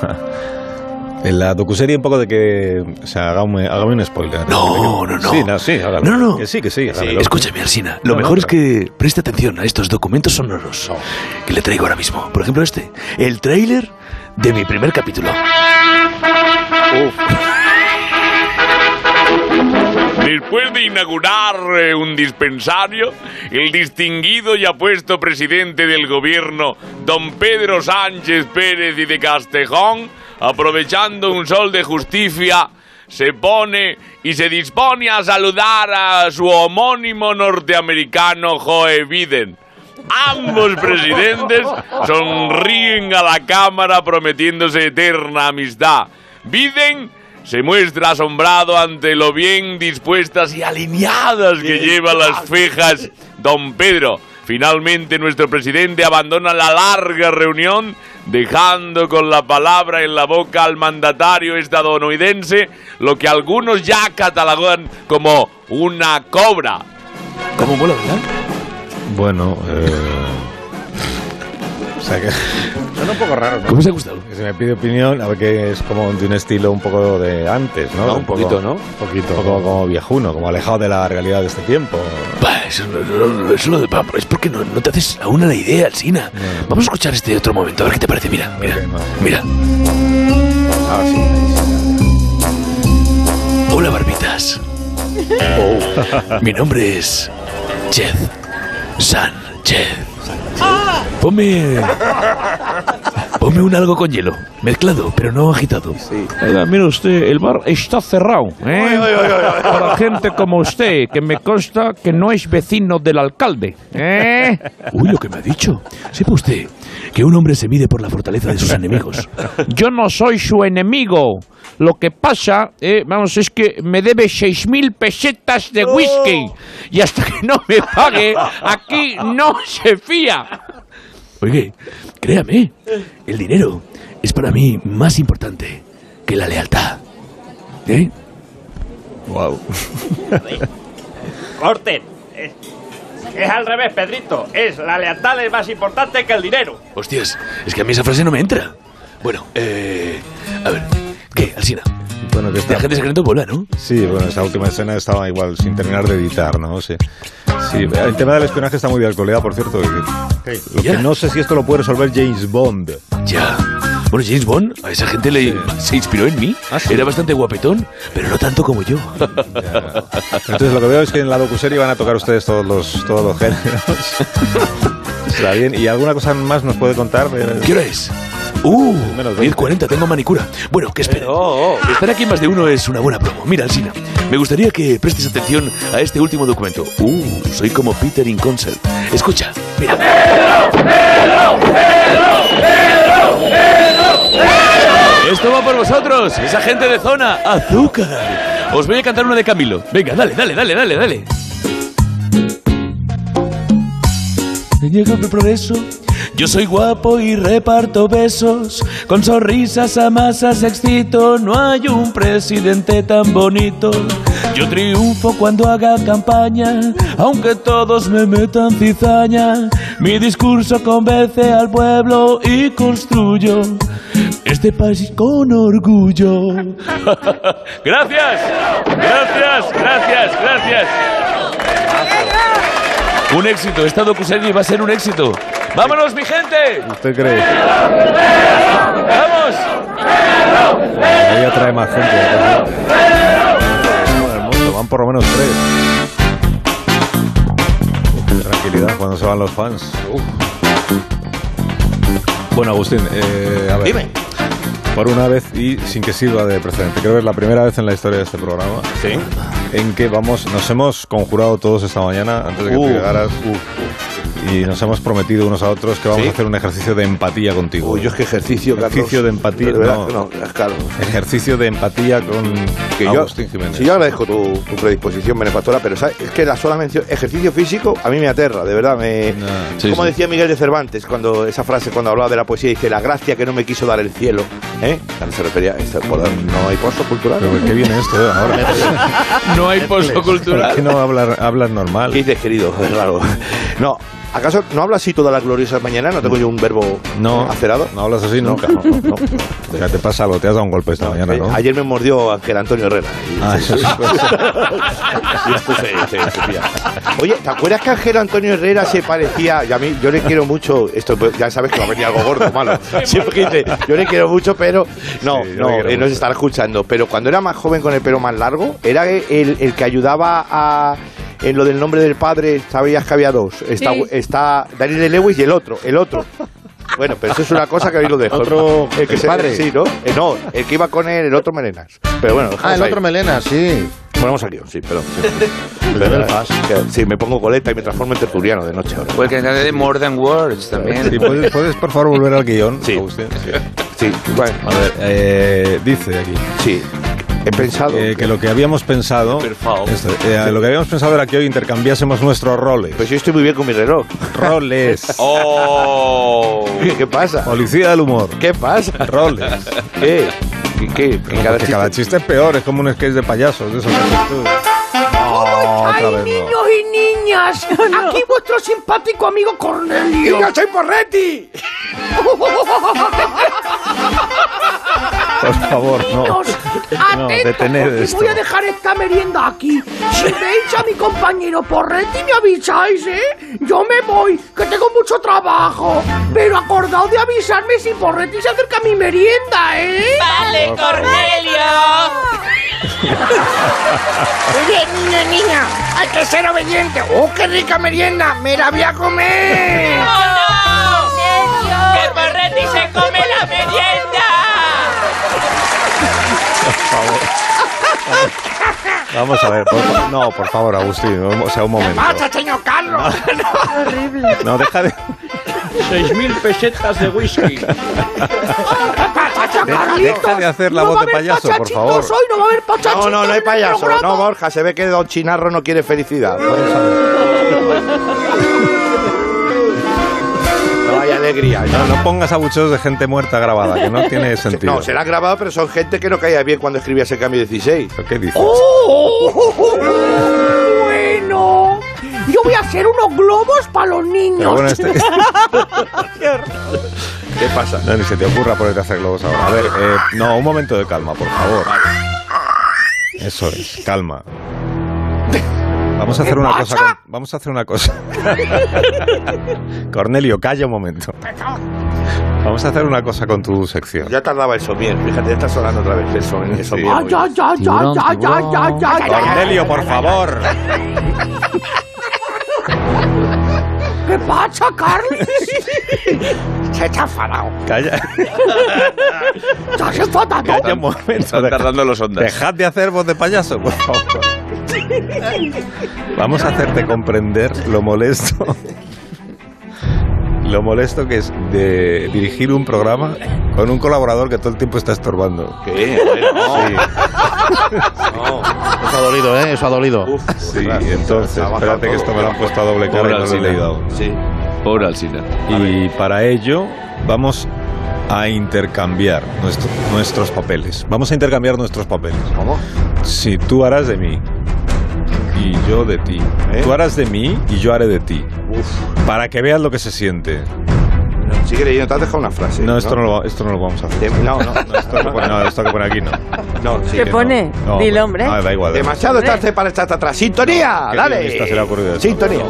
S1: en la docuserie un poco de que... O sea, hágame, hágame un spoiler.
S12: No, no, no.
S1: Sí, no, sí, hágalo.
S12: No, no.
S1: Que sí, que sí, hágalo.
S12: Escúchame, Alsina. Lo
S1: No,
S12: mejor
S1: no,
S12: es que preste atención a estos documentos sonoros
S1: Oh.
S12: que le traigo ahora mismo. Por ejemplo, este. El tráiler de mi primer capítulo.
S3: Después de inaugurar eh, un dispensario, el distinguido y apuesto presidente del gobierno, don Pedro Sánchez Pérez y de Castejón, aprovechando un sol de justicia, se pone y se dispone a saludar a su homónimo norteamericano Joe Biden. Ambos presidentes sonríen a la cámara prometiéndose eterna amistad. Biden se muestra asombrado ante lo bien dispuestas y alineadas que lleva las cejas don Pedro. Finalmente nuestro presidente abandona la larga reunión dejando con la palabra en la boca al mandatario estadounidense lo que algunos ya catalogan como una cobra.
S12: ¿Cómo mola, verdad?
S1: Bueno, eh... O sea que...
S4: Suena un poco raro, ¿no?
S12: ¿Cómo os ha gustado?
S1: Que se me pide opinión, a ver que es como de un estilo un poco de antes, ¿no?
S4: No, un poquito, ¿no?
S1: Un poquito. Un poco como viejuno, como alejado de la realidad de este tiempo.
S12: Bah, eso no- no- no- eso no- bah, es porque no, no te haces aún a la idea, Alsina. Vamos a escuchar este otro momento, a ver qué te parece. Mira, mira, mira. Hola, barbitas. Mi nombre es Jed Sánchez. Ponme, ponme un algo con hielo, mezclado, pero no agitado.
S13: Oiga, mire usted, el bar está cerrado, ¿eh? Para gente como usted, que me consta que no es vecino del alcalde, ¿eh?
S12: Uy, lo que me ha dicho. Sepa usted que un hombre se mide por la fortaleza de sus enemigos.
S13: Yo no soy su enemigo. Lo que pasa, eh, vamos, es que me debe seis mil pesetas de whisky. Y hasta que no me pague, aquí no se fía.
S12: Oye, créame, el dinero es para mí más importante que la lealtad. ¿Eh? Wow.
S6: Corten. Es, es al revés, Pedrito. Es la lealtad es más importante que el dinero.
S12: Hostias, es que a mí esa frase no me entra. Bueno, eh. A ver, ¿qué, Alsina?
S1: Bueno, que está...
S12: Gente secreto bola, ¿no?
S1: Sí, bueno, esa última escena estaba igual sin terminar de editar, ¿no? Sí. Sí, el tema del espionaje está muy bien coleado, por cierto. que- Lo que no sé si esto lo puede resolver James Bond.
S12: Ya. Bueno, James Bond, a esa gente le, se inspiró en mí. Era bastante guapetón, pero no tanto como yo.
S1: Entonces lo que veo es que en la docuserie van a tocar ustedes todos los, todos los géneros. Está bien. ¿Y alguna cosa más nos puede contar?
S12: ¿Qué hora es? ¡Uh! 10.40, tengo manicura. Bueno, que espera. Espera que más de uno es una buena promo. Mira, Alsina, me gustaría que prestes atención a este último documento. ¡Uh! Soy como Peter in concert. Escucha, mira. Esto va por vosotros, esa gente de zona. ¡Azúcar! Os voy a cantar una de Camilo. Venga, dale, dale, dale, dale, dale. Llega el progreso, Yo soy guapo y reparto besos, con sonrisas a masas excito, no hay un presidente tan bonito. Yo triunfo cuando haga campaña, aunque todos me metan cizaña. Mi discurso convence al pueblo y construyo este país con orgullo. gracias, gracias, gracias, gracias. Un éxito, esta docuserie va a ser un éxito. ¡Vámonos, mi gente!
S1: ¿Usted cree?
S12: ¡Vamos!
S1: Ahí atrae más gente. Todo el mundo, van por lo menos tres. Tranquilidad cuando se van los fans. Bueno, Agustín, eh, a ver.
S5: Dime.
S1: Por una vez y sin que sirva de precedente, creo que es la primera vez en la historia de este programa
S5: Sí.
S1: en que vamos, nos hemos conjurado todos esta mañana antes de que
S5: Uh.
S1: tú llegaras y nos hemos prometido unos a otros que vamos
S5: ¿Sí?
S1: a hacer un ejercicio de empatía contigo.
S5: Uy, yo es que ejercicio, Carlos.
S1: Ejercicio de empatía,
S5: De verdad
S1: no.
S5: que no, claro.
S1: Ejercicio de empatía con
S5: Que yo,
S1: Agustín Jiménez.
S5: si yo agradezco tu, tu predisposición benefactora, pero ¿sabes? es que la sola mención, ejercicio físico, a mí me aterra, de verdad. Me,
S1: sí,
S5: como
S1: sí.
S5: decía Miguel de Cervantes, cuando esa frase, cuando hablaba de la poesía, dice, la gracia que no me quiso dar el cielo. ¿Eh? Claro, se refería a esto, por- no hay pozo cultural.
S1: Pero qué viene esto eh, ahora.
S12: No hay pozo
S1: ¿Por qué
S5: cultural.
S1: no hablar, hablas normal?
S5: ¿Qué dices, querido? Es raro. No, ¿acaso no hablas así todas las gloriosas mañanas? ¿No tengo yo un verbo
S1: No,
S5: acerado?
S1: no hablas así nunca. Ya te pasa algo, te has dado un golpe esta mañana, ¿no?
S5: Ayer me mordió Ángel Antonio Herrera. Y-
S1: Ah, eso sí.
S5: Y esto se- se- se pilla. Oye, ¿te acuerdas que Ángel Antonio Herrera se parecía? y a mí, yo le quiero mucho. Esto pues, ya sabes que va a venir algo gordo, malo. Siempre que dice, yo le quiero mucho, pero. No,
S1: Sí, yo
S5: no,
S1: le quiero
S5: él
S1: mucho.
S5: nos estará escuchando. Pero cuando era más joven con el pelo más largo, era el, el que ayudaba a. En lo del nombre del padre, sabías que había dos. Está,
S14: Sí.
S5: está Daniel Lewis y el otro, el otro. Bueno, pero eso es una cosa que ahí lo dejo.
S4: Otro-
S5: el que
S4: el
S5: se-
S4: padre.
S5: Sí, ¿no? Eh, no, el que iba con él, el otro Melenas. Pero bueno,
S4: Ah,
S5: dejamos
S4: el
S5: ahí.
S4: otro melena, sí.
S5: Ponemos aquí, sí, perdón.
S4: El de Belfast.
S5: Sí, me pongo coleta y me transformo en tertuliano de noche ahora.
S3: Pues
S11: O el cantante de More Than Words también.
S1: Sí, pues ¿puedes, puedes, por favor volver al guión, Agustín?
S5: Sí, bueno.
S1: A ver, eh, dice aquí. Eh,
S5: Sí. He pensado
S1: que, lo que habíamos pensado, Esto, eh, lo que habíamos pensado era que hoy intercambiásemos nuestros roles.
S5: Pues yo estoy muy bien con mi reloj.
S1: Roles.
S5: ¡Oh! ¿Qué pasa?
S1: Policía del humor.
S5: ¿Qué pasa?
S1: Roles.
S5: ¿Qué? ¿Qué?
S1: Porque cada, chiste... es peor, es como un sketch de payasos, de esos que haces tú. No, otra vez no.
S8: Niños y niñas, aquí vuestro simpático amigo Cornelio.
S1: Y yo
S8: soy Porretti!
S1: Por favor, no. No, detened
S8: porque
S1: esto.
S8: voy a dejar esta merienda aquí. Si veis a mi compañero Porretti, me avisáis, ¿eh? Yo me voy, que tengo mucho trabajo. Pero acordaos de avisarme si Porretti se acerca a mi merienda, ¿eh?
S15: Vale, Por favor.
S8: Oye, niño, niña, hay que ser obediente. ¡Oh, qué rica merienda! ¡Me la voy a comer!
S15: ¡No, no! ¡Que Porretti se come la merienda!
S1: Por favor. Vamos a ver, por fa- no, por favor, Agustín, o sea, un momento.
S8: ¡Pasa, señor Carlos! ¡Horrible!
S1: No, deja de...
S13: 6.000 pesetas de whisky.
S8: ¡Pasa, Carlitos!
S1: deja de hacer la
S8: no
S1: voz
S8: va a
S1: de
S8: haber
S1: payaso, por
S8: pachachitos
S1: favor.
S8: Hoy no va a haber pachachitos
S5: No, no, no hay
S8: en el
S5: payaso.
S8: programa.
S5: No, Borja, se ve que Don Chinarro no quiere felicidad. No hay alegría.
S1: No, no pongas abucheos de gente muerta grabada, que no tiene sentido.
S5: No, será grabado, pero son gente que no caía bien cuando escribías el cambio 16.
S1: ¿Qué dices?
S8: ¡Oh! Bueno, yo voy a hacer unos globos para los niños.
S1: Pero bueno, este-
S5: ¿Qué pasa?
S1: No, ni se te ocurra ponerte a hacer globos ahora. A ver, eh, no, un momento de calma, por favor. Eso es, calma. Vamos a hacer
S8: ¿Qué
S1: una
S8: pasa?
S1: cosa. con- vamos a hacer una cosa. Cornelio, calla un momento. Vamos a hacer una cosa con tu sección.
S5: Ya tardaba eso bien, fíjate, está sonando otra vez ¿eh? el son. El son
S1: Sí.
S8: ¡Ay, ay, ay, ay, ay, ay, ay, ay, ay!
S1: Cornelio, por favor.
S8: ¿Qué pasa, Carlos? Se te ha enfadado.
S1: Calla.
S8: ¿Te has enfadado?
S1: Calla un momento.
S11: Están tardando los ondas.
S1: Dejad de hacer voz de payaso, por favor. Vamos a hacerte comprender lo molesto. Lo molesto que es de dirigir un programa con un colaborador que todo el tiempo está estorbando.
S5: ¿Qué?
S1: Sí,
S4: Eso ha dolido, ¿eh? Eso ha dolido.
S1: sí, entonces, espérate que esto me lo han puesto a doble cara y no lo he leído aún.
S5: Sí.
S3: Pobre Alcina.
S1: Y para ello vamos a intercambiar nuestro- nuestros papeles. Vamos a intercambiar nuestros papeles. ¿Cómo? Si tú harás de mí y yo de ti.
S5: ¿Eh?
S1: Tú harás de mí y yo haré de ti. Para que veas lo que se siente.
S5: Sigue leyendo, te has dejado una frase.
S1: No, esto no, lo, va- esto no lo vamos a hacer.
S5: No, no, no.
S1: Esto que pone- no, esto que pone aquí no.
S5: No,
S1: sí
S16: ¿Qué
S1: que
S16: pone?
S1: No,
S16: Dile,
S1: no,
S16: hombre.
S1: No, da igual. da igual.
S5: Demasiado tarde para estar atrás. ¡Sintonía!
S1: ¿Qué guionista se le ha
S5: Ah, ¡Dale!
S1: ocurrido esto?
S5: ¡Sintonía!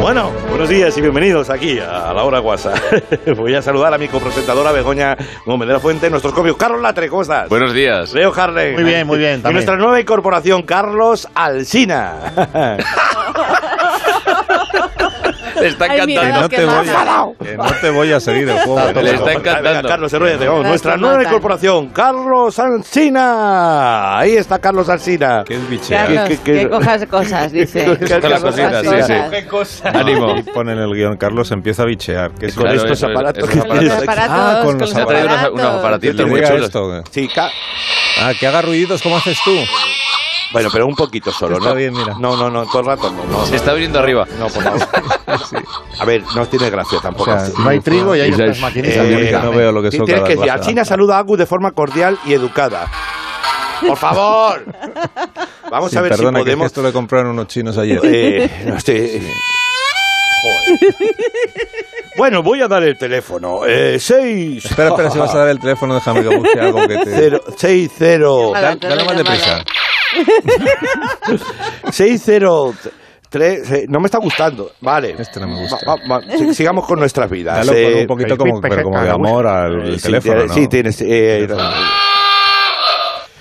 S5: Bueno, buenos días y bienvenidos aquí a La Hora Guasa. Voy a saludar a mi copresentadora Begoña Gómez de la Fuente, nuestros copios Carlos Latre, ¿cómo estás?
S3: Buenos días.
S5: Leo Harley.
S4: Muy bien, muy bien,
S5: Y
S4: también.
S5: nuestra nueva incorporación, Carlos Alsina.
S3: Le está
S5: Ay, mira,
S3: encantando.
S5: Que no te voy a-
S1: Que no te voy a seguir el juego.
S3: Le está encantando.
S5: Carlos Herrera de León, nuestra nueva incorporación, Carlos Alsina. Ah, Ahí está Carlos Alsina.
S1: Qué es
S16: Carlos, que, cojas cosas, dice.
S5: Que cojas
S1: cositas, sí,
S16: cosas.
S1: sí.
S16: Qué
S1: No, aquí pone en el guión, Carlos empieza a bichear. Que es
S5: Con
S1: claro,
S5: estos
S1: eso es-
S5: aparatos
S1: esos
S5: que
S1: aparatos.
S5: tienes aquí.
S1: Ah, con los
S3: Ha traído unos,
S1: aparatos.
S3: unos aparatitos
S1: Que
S3: muy
S1: diga
S3: chulos.
S1: esto.
S5: eh. Sí, ca-
S1: Ah, que haga ruiditos como haces tú.
S5: Bueno, pero un poquito solo,
S1: Está
S5: ¿no?
S1: bien, mira.
S5: No, no, no, todo el rato no. no.
S3: Se está viniendo arriba.
S5: No, por favor. A ver, no tiene gracia tampoco.
S1: O sea, no hay trigo y hay Esa otras es- maquinitas. es que no veo lo que
S5: sí,
S1: son
S5: eh, Tienes
S1: cada
S5: que decir,
S1: cosa.
S5: Alcina saluda a Agus de forma cordial y educada. Por favor. Vamos
S1: Sí,
S5: a ver
S1: perdona,
S5: si
S1: que es que
S5: podemos.
S1: esto lo compraron unos chinos ayer.
S5: Eh, no estoy- Bueno, voy a dar el teléfono. Eh, seis.
S1: Espera, espera, si vas a dar el teléfono, déjame que busque algo que te...
S5: Cero, seis, cero.
S1: Da- Dale más deprisa.
S5: 603. eh, No me está gustando. Vale.
S1: Este
S5: Va- va- va- si- sigamos con nuestras vidas. Eh,
S1: Dalo con un poquito como- pero como de amor al
S5: Sí,
S1: teléfono,
S5: tiene-
S1: ¿no?
S5: Sí, tienes. eh,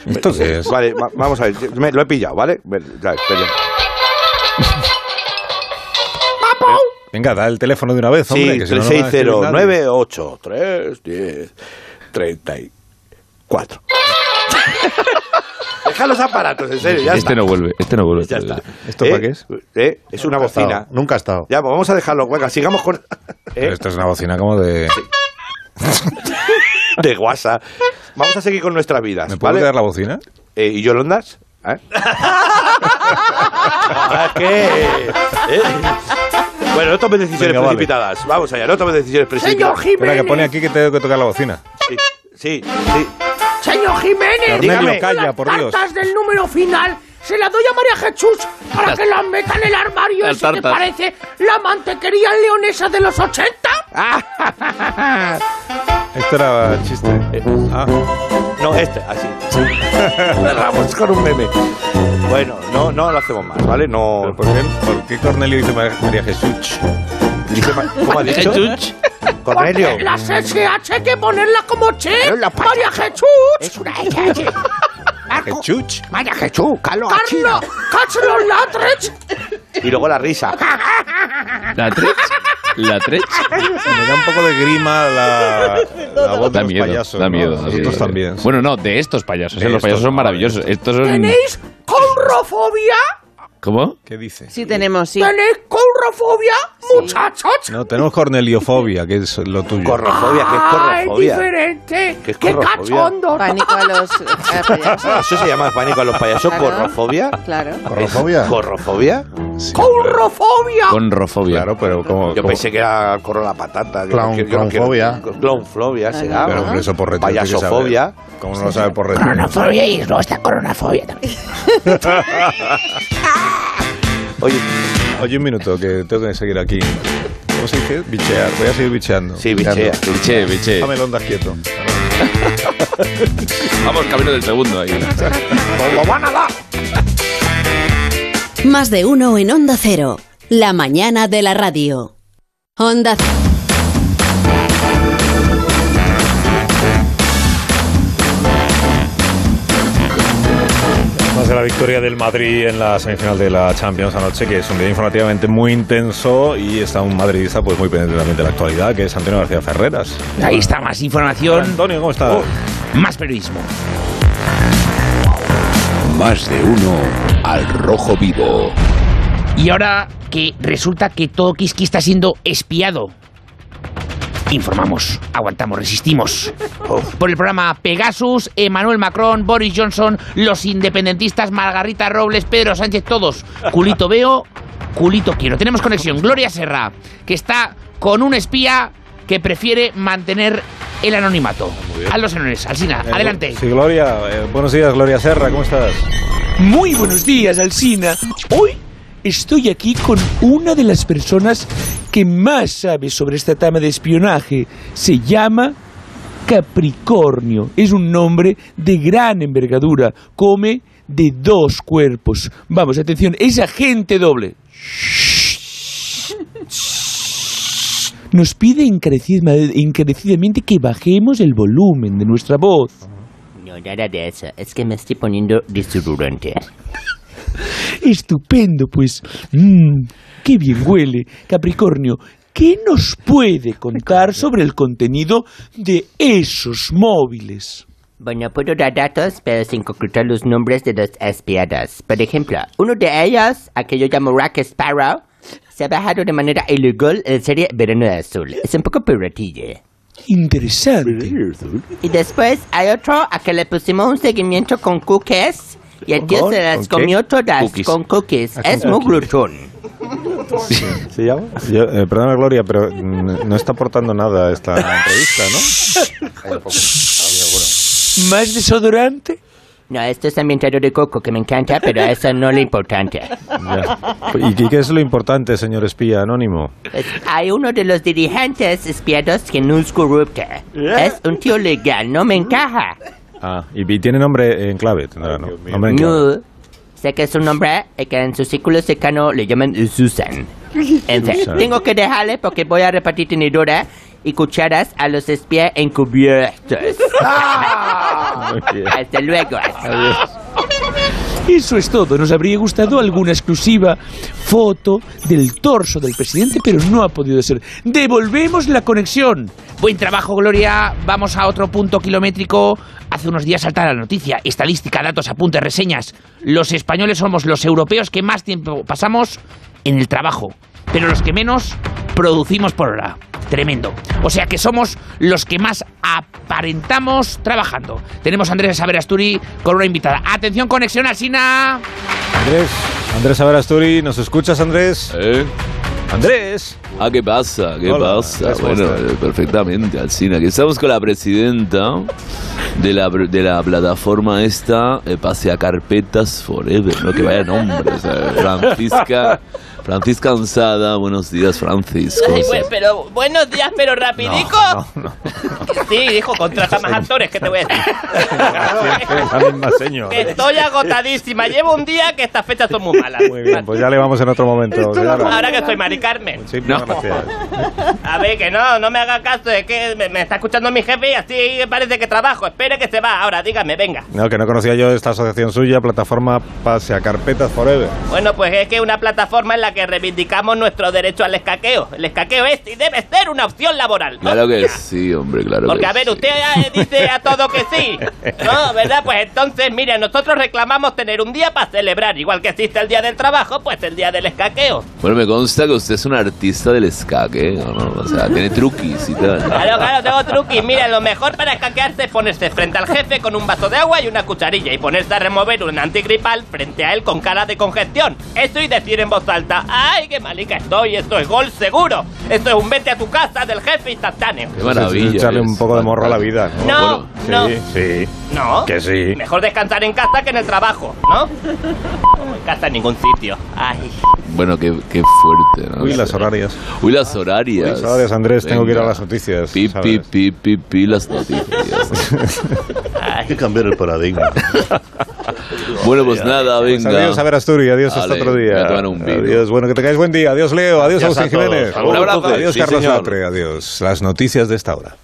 S1: ¿Esto qué es?
S5: Vale, va- vamos a ver. me- lo he pillado, ¿vale? Ven, ya, espera.
S1: Venga, da el teléfono de una vez, Este hombre.
S5: Sí,
S1: que si no, no me va a escribir nadie.
S5: 36098 310 34. Deja los aparatos, en serio, ya
S3: este
S5: está.
S3: no vuelve, este no vuelve.
S5: ¿Esto para qué es? ¿Eh? Es una bocina.
S4: Nunca ha estado.
S5: Ya, pues vamos a dejarlo. Venga, sigamos con.
S1: Pero esto es una bocina como de...
S5: de guasa. Vamos a seguir con nuestras vidas.
S1: ¿Me puedes
S5: ¿vale?
S1: dar la bocina?
S5: Eh, ¿Y Yolondas? ¿Eh? ¿Para qué? ¿Eh? Bueno, no tomes decisiones
S1: Venga, vale.
S5: precipitadas. Vamos allá, no tomes decisiones precipitadas.
S1: Espera, que pone aquí que tengo que tocar la bocina.
S5: Sí, sí, sí.
S8: Señor Jiménez,
S1: Cornelio,
S8: dígame,
S1: calla,
S8: las
S1: por Dios.
S8: tartas del número final se las doy a María Jesús para
S1: Las-
S8: que las meta en el armario
S1: las
S8: ese que
S1: tartas.
S8: parece la mantequería leonesa de los 80.
S1: Esto era chiste. Ah.
S5: Eh. No, este, así. Cerramos con un meme. Bueno, no, no lo hacemos más, ¿vale? No.
S1: ¿Por qué, por qué Cornelio dice Mar- María Jesús?
S5: Dice Ma- ¿Cómo ha dicho? Cornelio.
S8: Porque las SH hay que ponerlas como che.
S5: Pero la pata.
S8: María Jesús.
S15: Es una SH.
S1: Jesús.
S15: Vaya Jesús, Carlos.
S8: Carlos, Carlos Latrech.
S5: Y luego la risa.
S3: La tres. La tres.
S1: Me da un poco de grima la, la voz de
S3: Da
S1: los
S3: miedo,
S1: payasos.
S3: da
S1: ¿no?
S3: miedo. da
S1: Nosotros
S3: miedo.
S1: también.
S3: Bueno, no, de estos payasos.
S1: De
S3: eh, los payasos
S1: estos,
S3: son maravillosos. Estos son...
S8: ¿Tenéis courrofobia?
S3: ¿Cómo?
S1: ¿Qué dice?
S8: Sí, tenemos, sí. ¿Tenéis courrofobia, muchachos?
S1: No, tenemos corneliofobia, que es lo tuyo.
S5: Corrofobia, ¿qué es
S8: Ah, es diferente.
S1: ¿Qué es
S8: Qué
S1: corrofobia?
S8: cachondo.
S14: Pánico a los.
S5: Ah, Eso se llama pánico a los payasos.
S14: Claro.
S5: Corrofobia.
S14: Claro.
S5: ¿Corrofobia? ¿Corrofobia?
S8: ¡Corrofobia!
S3: Corrofobia.
S1: Claro, pero como.
S5: Yo pensé que era corro la patata.
S1: Clown- clownfobia.
S5: Clownfobia será.
S1: Pero hombre, eso por reto. hay que saber.
S5: Payasofobia.
S1: ¿Cómo no lo sabe por reto?
S15: Coronafobia y luego está coronafobia también.
S5: Oye,
S1: oye, un minuto, que tengo que seguir aquí. ¿Cómo se dice? Bichear. Voy a seguir bicheando.
S5: Sí, bichea.
S1: Bicheando.
S3: Biche, biche.
S1: Déjame el ondas quieto.
S3: Vamos camino del segundo ahí.
S17: Más de uno en Onda Cero. La mañana de la radio. Onda Cero.
S1: Más de la victoria del Madrid en la semifinal de la Champions anoche, que es un día informativamente muy intenso y está un madridista pues muy pendiente también de la actualidad, que es Antonio García Ferreras.
S11: Ahí está, más información.
S1: Antonio, ¿cómo estás?
S11: Más periodismo.
S18: Más de uno al rojo vivo.
S11: Y ahora que resulta que todo Kiski está siendo espiado. Informamos, aguantamos, resistimos. Por el programa Pegasus, Emmanuel Macron, Boris Johnson, los independentistas, Margarita Robles, Pedro Sánchez, todos. Culito Veo culito quiero. Tenemos conexión. Gloria Serra, que está con un espía que prefiere mantener el anonimato. A los honores, Alsina,
S1: Eh,
S11: adelante.
S1: Sí, Gloria. eh, buenos días, Gloria Serra, ¿cómo estás?
S12: Muy buenos días, Alsina. Hoy estoy aquí con una de las personas que más sabe sobre esta trama de espionaje. Se llama Capricornio. Es un nombre de gran envergadura. Come de dos cuerpos. Vamos, atención, es agente doble. Nos pide encarecida- encarecidamente que bajemos el volumen de nuestra voz.
S19: No, nada de eso. Es que me estoy poniendo desodorante.
S12: Estupendo, pues. Mm, qué bien huele. Capricornio, ¿qué nos puede contar sobre el contenido de esos móviles?
S19: Bueno, puedo dar datos, pero sin concretar los nombres de los espiadas. Por ejemplo, uno de ellos, a que yo llamo Rack Sparrow, se ha bajado de manera ilegal en la serie Verano de Azul. Es un poco piratillo.
S12: Interesante.
S19: Y después hay otro a que le pusimos un seguimiento con cookies y el tío
S12: ¿Con-
S19: se las
S12: con qué?
S19: comió todas
S12: Cookies.
S19: con cookies.
S12: Ah, con
S19: Es muy
S12: cookies.
S19: glutón.
S1: ¿Se llama? eh, perdona, Gloria, pero mm, no está aportando nada a esta entrevista, ¿no?
S12: ¿Más desodorante?
S19: No, esto es ambientado de coco que me encanta, pero eso no es lo importante.
S1: ¿Y qué- qué es lo importante, señor espía anónimo?
S19: Pues hay uno de los dirigentes espiados que no es corrupto. Es un tío legal, no me encaja.
S1: Ah, y, y tiene nombre en clave, tendrá, ¿no? Nombre en clave.
S19: No. Sé que es un hombre y que en su círculo cercano le llaman Susan. En fin,
S15: Susan.
S19: tengo que dejarle porque voy a repartir tenedora y cucharas a los espías encubiertos. Hasta luego.
S12: Eso es todo. Nos habría gustado alguna exclusiva foto del torso del presidente, pero no ha podido ser. Devolvemos la conexión.
S11: Buen trabajo, Gloria. Vamos a otro punto kilométrico. Hace unos días salta la noticia. Estadística, datos, apuntes, reseñas. Los españoles somos los europeos que más tiempo pasamos en el trabajo, pero los que menos producimos por hora. Tremendo. O sea que somos los que más aparentamos trabajando. Tenemos a Andrés Averasturi con una invitada. Atención, conexión Alsina.
S1: Andrés, Andrés Averasturi, ¿nos escuchas, Andrés? Andrés.
S3: ¿Eh? Ah, ¿qué pasa? ¿Qué
S1: Hola,
S3: pasa?
S1: Andrés, ¿cómo
S3: Bueno,
S1: estás?
S3: eh, perfectamente, Alcina. Que estamos con la presidenta de la, de la plataforma esta, eh, Pasea Carpetas Forever, ¿no? Que vaya nombre. o sea, Francisca, Francisca Ansada, buenos días, Francis. ¿cómo
S15: Ay,
S3: estás?
S15: bueno, pero buenos días, pero rapidico. Sí, dijo, contrata más actores, ¿qué te voy a decir? Que Estoy agotadísima. Llevo un día que estas fechas son muy malas.
S1: Muy bien, pues ya le vamos en otro momento. Clara.
S15: Ahora que estoy Mari Carmen.
S1: Sí, muchas gracias.
S15: A ver, que no, no me haga caso. Es que me, me está escuchando mi jefe y así parece que trabajo. Espere que se va. Ahora, dígame, venga.
S1: No, que no conocía yo esta asociación suya, plataforma Pase a Carpetas Forever.
S15: Bueno, pues es que una plataforma en la que reivindicamos nuestro derecho al escaqueo. El escaqueo es y debe ser una opción laboral.
S3: Claro que sí, hombre, claro
S15: Porque,
S3: que
S15: a ver, usted eh, dice a todo que sí. No, ¿verdad? Pues entonces, mire, nosotros reclamamos tener un día para celebrar. Igual que existe el día del trabajo, pues el día del escaqueo.
S3: Bueno, me consta que usted es un artista del escaque, ¿no? O sea, tiene truquis y tal.
S15: Claro, claro, tengo truquis. Mira, lo mejor para escaquearse es ponerse frente al jefe con un vaso de agua y una cucharilla y ponerse a remover un antigripal frente a él con cara de congestión. Eso y decir en voz alta, ¡ay, qué malica estoy! Esto es gol seguro. Esto es un vete a tu casa del jefe instantáneo.
S1: Qué maravilla. Echarle un poco de morro a la vida.
S15: No, no.
S1: Sí, sí.
S15: No.
S1: Que sí.
S15: Mejor descansar en casa que en el trabajo, ¿no? No en casa en ningún sitio. Ay.
S3: Bueno, qué, qué fuerte, ¿no?
S1: Uy, las horarias.
S3: Uy, las horarias.
S1: Uy, las horarias, Andrés, tengo que ir a
S3: Venga.
S1: las noticias,
S3: Pi, pi,
S1: ¿sabes?
S3: pi, pi, pi, las noticias.
S20: Hay que cambiar el paradigma.
S3: bueno, pues nada, venga.
S1: Adiós, a ver, Asturias. Adiós, hasta
S3: Vale,
S1: otro
S3: voy
S1: día.
S3: a tomar un vino.
S1: Adiós, bueno, que tengáis buen día. Adiós, Leo. Adiós,
S3: Gracias
S1: Agustín
S3: a todos.
S1: Jiménez.
S3: Un abrazo.
S1: Adiós,
S3: Sí,
S1: Carlos
S3: señor.
S1: Latre. Adiós. Las noticias de esta hora.